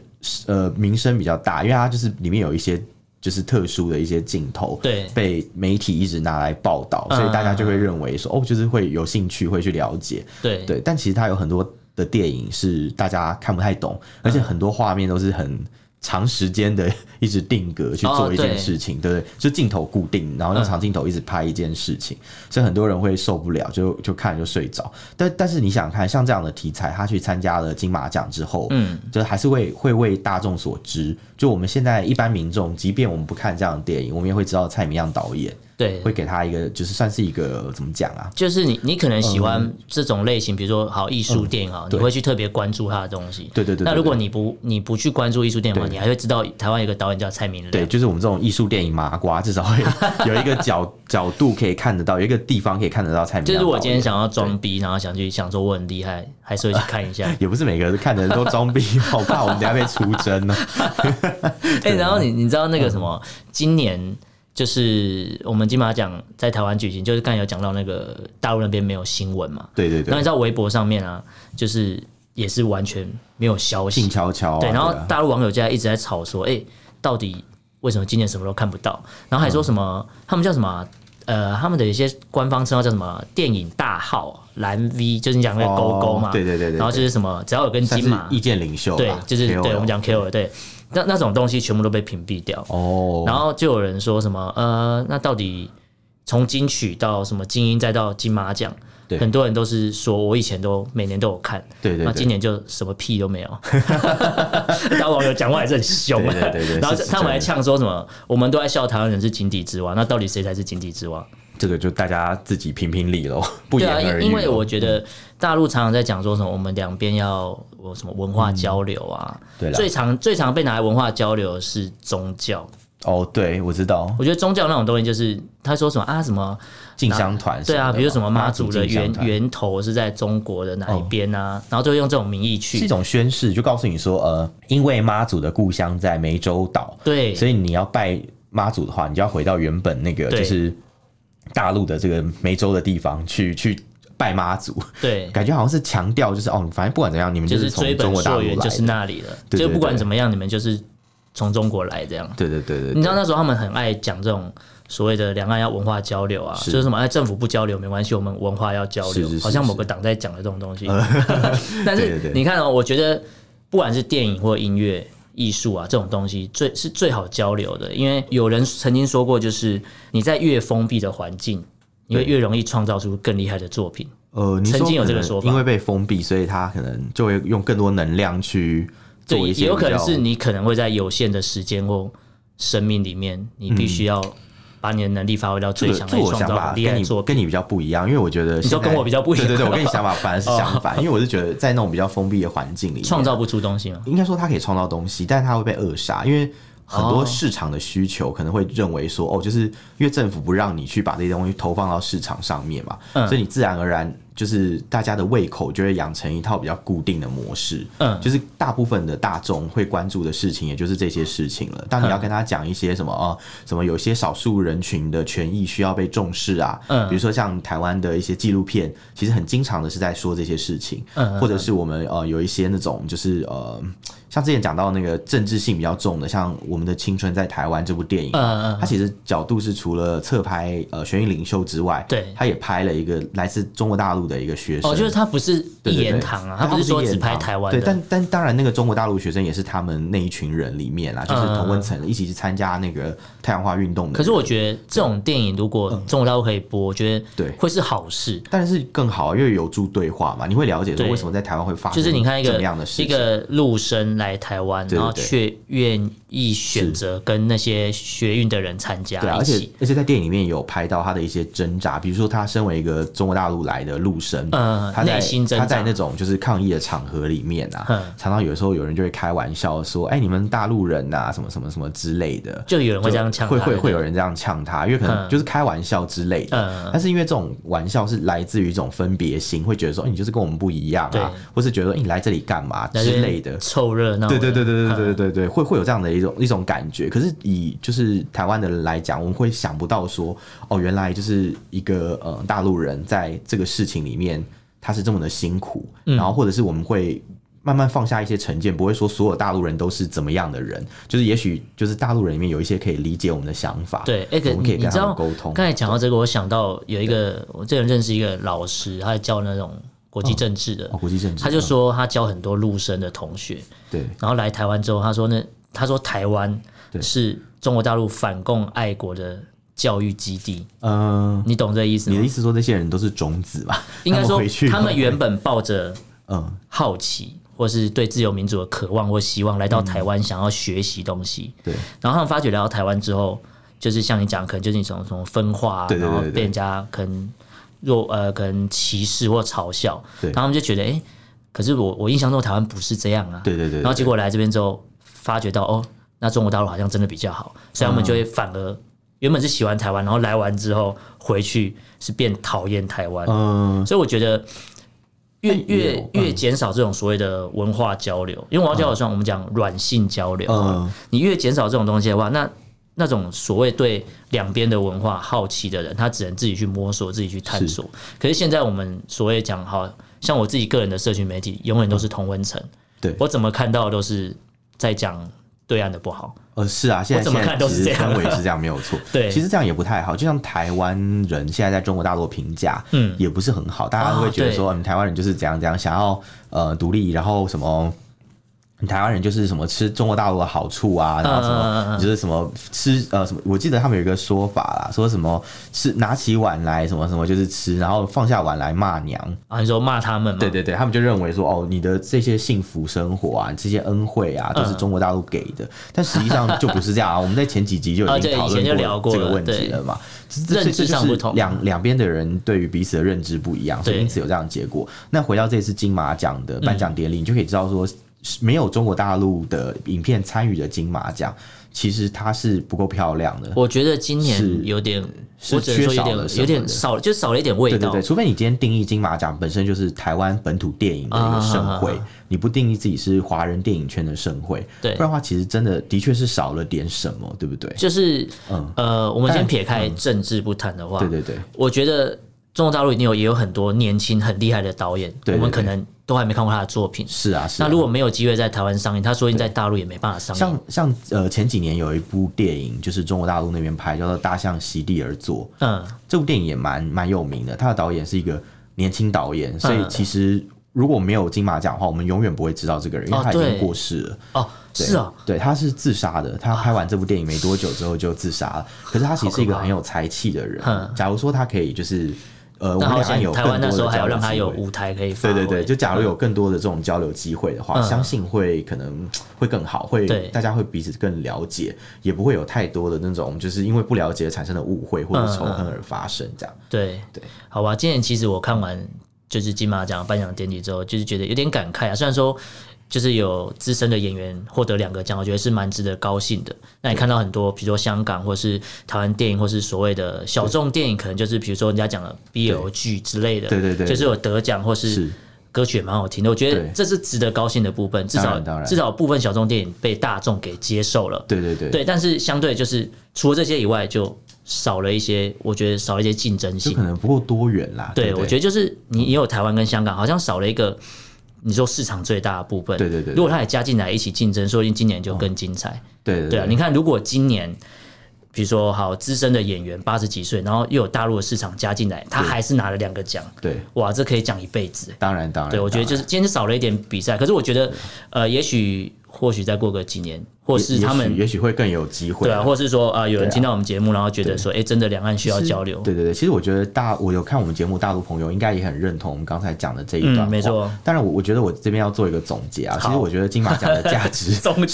A: 呃名声比较大，因为它就是里面有一些就是特殊的一些镜头，
B: 对
A: 被媒体一直拿来报道，
B: 嗯
A: 所以大家就会认为说哦，就是会有兴趣会去了解，
B: 对
A: 对。但其实它有很多的电影是大家看不太懂，
B: 嗯
A: 而且很多画面都是很。长时间的一直定格去
B: 哦
A: 做一件
B: 对
A: 事情，对不对？就镜头固定，然后用
B: 嗯
A: 长镜头一直拍一件事情，所以很多人会受不了，就就看就睡着。但但是你想看，像这样的题材，他去参加了金马奖之后，
B: 嗯，
A: 就还是会会为大众所知。就我们现在一般民众，即便我们不看这样的电影，我们也会知道蔡明亮导演，
B: 对，
A: 会给他一个就是算是一个怎么讲啊？
B: 就是你你可能喜欢这种类型，比如说好艺术电影啊，你
A: 嗯对
B: 会去特别关注他的东西。
A: 对对对对
B: 那如果
A: 对
B: 你不你不去关注艺术电影的话，
A: 对
B: 你还会知道台湾有个导演叫蔡明
A: 对，
B: 亮。
A: 就是我们这种艺术电影麻瓜，至少会 有一个角角度可以看得到，有一个地方可以看得到蔡明
B: 就
A: 亮。
B: 是我今天。想要装逼，然后想去想说我很厉害，还是会去看 一下。
A: 也不是每个人看的人都装逼，好怕我们等一下被出征啊 呢、
B: 哎、然后你你知道那个什
A: 嗯
B: 么，今年就是我们金马奖在台湾举行，就是刚才有讲到那个大陆那边没有新闻嘛，
A: 对对
B: 然后你
A: 对，
B: 知道微博上面啊，就是也是完全没有消息
A: 静，悄悄啊、
B: 对，然后
A: 啊
B: 大陆网友家一直在吵说，哎、到底为什么今年什么都看不到？然后还说什么、他们叫什么啊？呃，他们的一些官方称号叫什么？电影大号蓝 V，就是你讲那个勾勾嘛、
A: 哦对对对对对
B: 然后就是什么，只要有跟
A: 算
B: 金
A: 是
B: 马，
A: 意见领袖吧，
B: 对，就是对
A: KOL
B: 我们讲 KOL，对，那那种东西全部都被屏蔽掉。
A: 哦，
B: 然后就有人说什么，呃，那到底从金曲到什么金鹰再到金马奖，
A: 对
B: 很多人都是说我以前都每年都有看，
A: 对对对
B: 那今年就什么屁都没有。 大网友讲话还是很凶，啊
A: 对对对对
B: 然后
A: 是
B: 他们还
A: 是真
B: 呛说什么，我们都在笑台湾人是井底之蛙，那到底谁才是井底之蛙？
A: 这个就大家自己评评理喽，不
B: 对
A: 言而喻
B: 啊，
A: 咯。哦嗯
B: 因因为我觉得大陆常常在讲说什么，我们两边要有什么文化交流啊，
A: 嗯对啦
B: 最常最常被拿来文化交流的是宗教，
A: 哦，对我知道
B: 我觉得宗教那种东西就是他说什么啊什么。
A: 进香团什
B: 对
A: 么的嘛，
B: 啊，比如什么妈祖
A: 祖
B: 的
A: 进香
B: 源
A: 团
B: 源头是在中国的哪一边啊？然后就用这种名义
A: 是一
B: 去，
A: 种宣誓，就告诉你说，呃，因为妈祖的故乡在湄洲岛，
B: 对
A: 所以你要拜妈祖的话，你就要回到原本那个
B: 对
A: 就是大陆的这个湄洲的地方去去拜妈祖，
B: 对，
A: 感觉好像是强调就是哦，反正不管怎样，你们
B: 就是
A: 是从中
B: 追本
A: 国大
B: 溯
A: 陆来
B: 源
A: 的，
B: 就是那里了，
A: 对对
B: 就不管
A: 对
B: 怎么样，你们就是从中国来这样。
A: 对对对对，
B: 你
A: 对
B: 知道那时候他们很爱讲这种所谓的两岸要文化交流啊，就是什么哎政府不交流没关系，我们文化要交流，
A: 是是是
B: 好像某个党在讲的这种东西。 但
A: 对对
B: 是
A: 对
B: 你看哦，我觉得不管是电影或音乐、艺术啊这种东西，最是最好交流的，因为有人曾经说过，就是你在越封闭的环境，你会越容易创造出更厉害的作品。
A: 呃，你说
B: 曾经有这
A: 可
B: 个
A: 能
B: 说法
A: 因为被封闭，所以他可能就会用更多能量去
B: 对，
A: 做一些
B: 也有可能
A: 比较
B: 是你可能会在有限的时间或生命里面，你必须要把你的能力发挥到
A: 这
B: 最
A: 个
B: 强，
A: 这
B: 来
A: 我
B: 创
A: 想
B: 造
A: 法
B: 很厉害
A: 跟
B: 的
A: 你
B: 作品。
A: 跟你比较不一样，因为我觉得你
B: 说跟我比较不一样哦
A: 对对对， 我跟你想法反而是相反，因为我是觉得在那种比较封闭的环境里面，
B: 创造不出东西吗？
A: 应该说它可以创造东西，但是它会被扼杀，因为。很
B: 哦
A: 多市场的需求可能会认为说，哦，就是因为政府不让你去把这些东西投放到市场上面嘛，
B: 嗯
A: 所以你自然而然就是大家的胃口就会养成一套比较固定的模式，
B: 嗯
A: 就是大部分的大众会关注的事情，也就是这些事情了。当你
B: 嗯
A: 要跟他讲一些什么啊、什么有些少数人群的权益需要被重视啊，
B: 嗯
A: 比如说像台湾的一些纪录片，其实很经常的是在说这些事情，
B: 嗯嗯
A: 或者是我们呃有一些那种就是呃，像之前讲到那个政治性比较重的，像我们的《青春在台湾》这部电影，啊
B: 嗯嗯
A: 它其实角度是除了侧拍呃选举领袖之外，
B: 对
A: 它也拍了一个来自中国大陆的一个学生，
B: 哦，就是他不是
A: 对对
B: 一
A: 对
B: 言堂啊，
A: 但
B: 不是说
A: 一言
B: 只拍
A: 堂
B: 台湾
A: 对，
B: 的
A: 但但当然，那个中国大陆学生也是他们那一群人里面啦，就是
B: 嗯
A: 同温层一起去参加那个太阳花运动的人。
B: 可是我觉得这种电影如果中国大陆可以播，我觉
A: 嗯对
B: 得会是好事。
A: 但是更好，啊因为有助对话嘛，你会了解说
B: 对
A: 为什么在台湾会发生
B: 就是你看一
A: 这
B: 个
A: 么样的事
B: 一
A: 情。
B: 个陆生来台湾，
A: 对对
B: 然后却愿意选择跟那些学运的人参加
A: 对啊，
B: 一
A: 而且
B: 起。
A: 而且在电影里面有拍到他的一些挣扎，比如说他身为一个中国大陆来的陆生，
B: 呃
A: 他在
B: 内心挣扎
A: 他在那种就是抗议的场合里面啊，
B: 嗯
A: 常常有时候有人就会开玩笑说：“哎，你们大陆人呐、什么什么什么之类的。”
B: 就有人会这样呛他
A: 会会
B: 对不对
A: 会有人这样呛他，因为可能
B: 嗯
A: 就是开玩笑之类的。
B: 嗯
A: 但是因为这种玩笑是来自于一种分别心，会觉得说、哎你就是跟我们不一样
B: 对
A: 啊，或是觉得、哎你来这里干嘛
B: 那
A: 之
B: 边
A: 类的。
B: 凑热闹的，
A: 对对对
B: 嗯
A: 对对对对对对，会会有这样的一种一种感觉。可是以就是台湾的人来讲，我们会想不到说，哦，原来就是一个呃大陆人在这个事情里面他是这么的辛苦，
B: 嗯
A: 然后或者是我们会。慢慢放下一些成见，不会说所有大陆人都是怎么样的人，就是也许就是大陆人里面有一些可以理解我们的想法，
B: 对，哎、可
A: 我们可以
B: 你
A: 跟
B: 你知
A: 他
B: 道
A: 们沟通。
B: 刚才讲到这个，我想到有一个，我之前认识一个老师，他教那种国际政治的，
A: 哦，国际政治，嗯
B: 他就说他教很多陆生的同学，
A: 对
B: 然后来台湾之后，他说那他说台湾是中国大陆反共爱国的教育基地，
A: 嗯，
B: 你懂这意思
A: 你的
B: 吗
A: 意？思说这些人都是种子嘛？
B: 应该
A: 他们
B: 说
A: 回去
B: 他们原本抱着
A: 嗯
B: 好奇。或是对自由民主的渴望或希望，来到台
A: 嗯
B: 湾想要学习东西，
A: 对
B: 然后他们发觉来到台湾之后，就是像你讲，可能就是你从从分化、啊，
A: 对对对
B: 然后
A: 对对
B: 被人家可能弱呃，可能歧视或嘲笑，
A: 对
B: 然后他们就觉得，哎、可是我我印象中台湾不是这样啊，
A: 对对对对
B: 然后结果来这边之后，发觉到哦，那中国大陆好像真的比较好，所以他们就会反而。原本是喜欢台湾，然后来完之后回去是变讨厌台湾，
A: 嗯，
B: 所以我觉得越
A: 有
B: 越
A: 嗯
B: 越减少这种所谓的文化交流，因为文化交流上我们讲软性交流，
A: 嗯
B: 你越减少这种东西的话，那那种所谓对两边的文化好奇的人，他只能自己去摸索、自己去探索。可是现在我们所谓讲，好像我自己个人的社群媒体，永远都是同温层，
A: 对
B: 我怎么看到都是在讲对岸的不好，
A: 呃，是啊，现在
B: 我怎么
A: 现在
B: 看都
A: 其
B: 是
A: 实
B: 这样。
A: 氛围是这样，没有错
B: 对
A: 其实这样也不太好。就像台湾人现在在中国大陆的评价，
B: 嗯啊
A: 也不是很好，大家会觉得说，嗯，台湾人就是怎样怎样，想要呃独立，然后什么。台湾人就是什么吃中国大陆的好处啊，然后什
B: 嗯嗯嗯
A: 么
B: 嗯
A: 就是什么吃呃什么，我记得他们有一个说法啦，说什么吃拿起碗来什么什么就是吃，然后放下碗来骂娘，
B: 啊，你说骂他们嘛？
A: 对对对，他们就认为说，哦，你的这些幸福生活啊，这些恩惠啊，都是中国大陆给的。但实际上就不是这样啊。我们在前几集就
B: 啊
A: 已
B: 对
A: 经讨
B: 以前就聊
A: 论
B: 过
A: 这个
B: 了
A: 问
B: 对
A: 题了嘛，这
B: 认
A: 这
B: 知
A: 这就
B: 上不
A: 是
B: 同
A: 两两边的人对于彼此的认知不一样，所以
B: 对
A: 因此有这样的结果。那回到这次金马奖的颁奖典礼，你就可以知道说，没有中国大陆的影片参与的金马奖，其实它是不够漂亮的。
B: 我觉得今
A: 是
B: 年有点，
A: 是
B: 我只能
A: 缺
B: 说有
A: 少了
B: 点
A: 什么
B: 有点
A: 的
B: 少，就少了一点味
A: 对对
B: 道。
A: 对，除非你今天定义金马奖本身就是台湾本土电影的一个盛会，
B: 啊啊啊
A: 你不定义自己是华人电影圈的盛会，
B: 对
A: 不然的话，其实真的的确是少了点什么，对不对？
B: 就是、
A: 嗯
B: 呃，我们先
A: 但
B: 撇开政治不谈的话，
A: 嗯对对对，
B: 我觉得中国大陆一定有也有很多年轻很厉害的导演，
A: 对对
B: 我们可能都还没看过他的作品。
A: 是啊是啊。
B: 那如果没有机会在台湾上映，他说不定在大陆也没办法上映。
A: 像像呃前几年有一部电影，就是中国大陆那边拍，叫做《大象席地而坐》，
B: 嗯，
A: 这部电影也蛮蛮有名的，他的导演是一个年轻导演，所以
B: 嗯
A: 其实如果没有金马奖的话，我们永远不会知道这个人，因
B: 哦
A: 为他已
B: 对
A: 经过世了。
B: 哦，
A: 对
B: 是哦，，
A: 对，他是自杀的。他拍完这部电影没多久之后就自杀了。可是他其实是一个很有才气的人
B: 啊好可 怕嗯。
A: 假如说他可以就是呃，我们
B: 那好
A: 两岸
B: 像
A: 有更
B: 台
A: 多
B: 湾
A: 的
B: 那时候还
A: 交
B: 要
A: 流
B: 让他
A: 机
B: 有
A: 会
B: 舞台可以发
A: 对
B: 挥。
A: 对对，就假如有更多的这种交流机会的话，
B: 嗯
A: 相信会可能会更好，会
B: 对
A: 大家会彼此更了解，也不会有太多的那种就是因为不了解产生的误会或者仇恨而发生这样。
B: 对
A: 对，
B: 好吧，今年其实我看完就是金马奖颁奖典礼之后，就是觉得有点感慨啊。虽然说就是有资深的演员获得两个奖，我觉得是蛮值得高兴的。那你看到很多，比如说香港或是台湾电影，或是所谓的小众电影，可能就是比如说人家讲的 BL 剧之类的，
A: 对对对
B: 就是有得奖或是
A: 是。
B: 歌曲也蛮好听的，我觉得
A: 对
B: 这是值得高兴的部分，至
A: 当
B: 少
A: 然当然
B: 至少部分小众电影被大众给接受了。
A: 对对对
B: 对，但是相对就是除了这些以外，就少了一些，我觉得少了一些竞争
A: 就
B: 性
A: 可。能不够多元啦。
B: 对，
A: 不
B: 我觉得就是你也有台湾跟香港，好像少了一个你说市场最大的部分。
A: 对对对对
B: 如果他也加进来一起竞争，说不定今年就更精彩。
A: 对对
B: 对啊，你看，如果今年比如说好资深的演员八十几岁，然后又有大陆的市场加进来，他还是拿了两个奖，
A: 对，
B: 哇，这可以讲一辈子。
A: 当哎然当然。
B: 对，我觉得
A: 当然
B: 就是今天就少了一点比赛，可是我觉得，呃，也许或许再过个几年，或是他们
A: 也许也许会更有机会、
B: 对啊，或是说啊、有人
A: 对啊
B: 听到我们节目，然后觉得说，哎、真的两岸需要交流，
A: 对对对，其实我觉得大，我有看我们节目，大陆朋友应该也很认同我们刚才讲的这一段、
B: 嗯没错。
A: 当然我，我觉得我这边要做一个总结啊。其实
B: 好
A: 我觉得金马奖的价值
B: 总结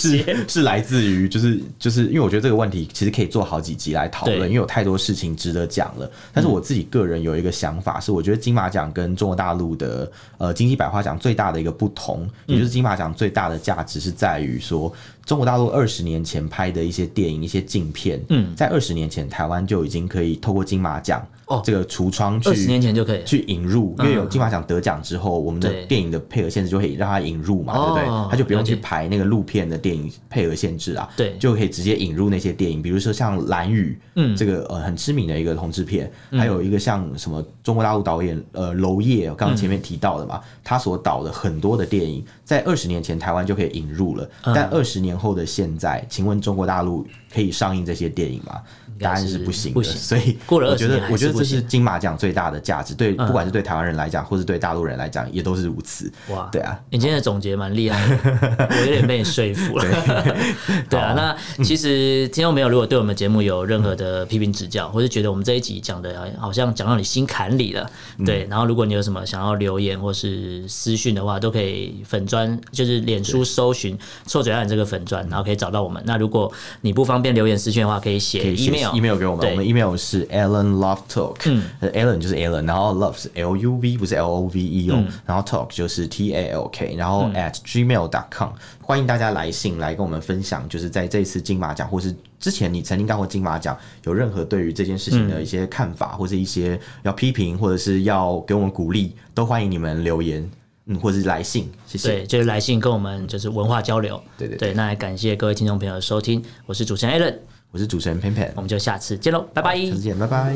A: 是是来自于，就是就是因为我觉得这个问题其实可以做好几集来讨论，
B: 对
A: 因为有太多事情值得讲了。但是我自己个人有一个想法是，我觉得金马奖跟中国大陆的呃金鸡百花奖最大的一个不同，
B: 嗯
A: 也就是金马奖最大的价值是在于说。中国大陆二十年前拍的一些电影、一些镜片，嗯，在二十年前台湾就已经可以透过金马奖
B: 哦
A: 这个橱窗去
B: 二十年前就可以了
A: 去引入，因为有金马奖得奖之后，我们的
B: 嗯对
A: 电影的配额限制就可以让它引入嘛，对不
B: 哦
A: 对？它就不用去
B: 了解
A: 排那个录片的电影配额限制啊，
B: 对
A: 就可以直接引入那些电影，比如说像《蓝雨》，
B: 嗯
A: 这个呃很知名的一个同志片，还有一个像什么中国大陆导演呃娄烨，刚刚前面提到的
B: 嗯
A: 嘛，他所导的很多的电影，在二十年前台湾就可以引入了，
B: 嗯
A: 但二十年后的现在，请问中国大陆可以上映这些电影吗？
B: 该
A: 答案
B: 是
A: 是不行的，
B: 不行
A: 所以
B: 过了
A: 我觉
B: 20
A: 得
B: 年，还
A: 我觉
B: 是
A: 得
B: 不
A: 这是
B: 行
A: 金马奖最大的价值，对，不管是对台湾人来讲，或是对大陆人来讲，也都是如此。
B: 哇，
A: 对啊，
B: 你今天的总结蛮厉害 的，我有点被你说服了。 对啊，那其实听众朋友如果对我们节目有任何的批评指
A: 嗯
B: 教，或是觉得我们这一集讲的好像讲到你心坎里了，
A: 嗯
B: 对，然后如果你有什么想要留言或是私讯的话，都可以粉砖，就是脸书搜寻“臭嘴案”这个粉砖，
A: 嗯
B: 然后可以找到我们。那如果你不方便留言私讯的话，可以
A: 可
B: 写
A: 以写
B: email
A: email 给我们，
B: 对嗯
A: 我们 email 是 Alan Love Talk，呃，Alan 就是 Alan，然后 Love 是 L U V 不是 L O V E
B: 嗯
A: 哦，然后 Talk 就是 T A L K，然后 at gmail.com，欢迎大家来信来跟我们分享，就是在这次金马奖或是之前你曾经干过金马奖，有任何对于这件事情
B: 嗯
A: 的一些看法，或是一些要批评，或者是要给我们鼓励，都欢迎你们留言，嗯，或者是来信，谢谢
B: 对，，就是来信跟我们就是文化交流。
A: 对对
B: 对，那也感谢各位听众朋友的收听，我是主持人 Alan，
A: 我是主持人 Pan Pan，
B: 我们就下次见喽，拜拜。
A: 下次见，拜拜。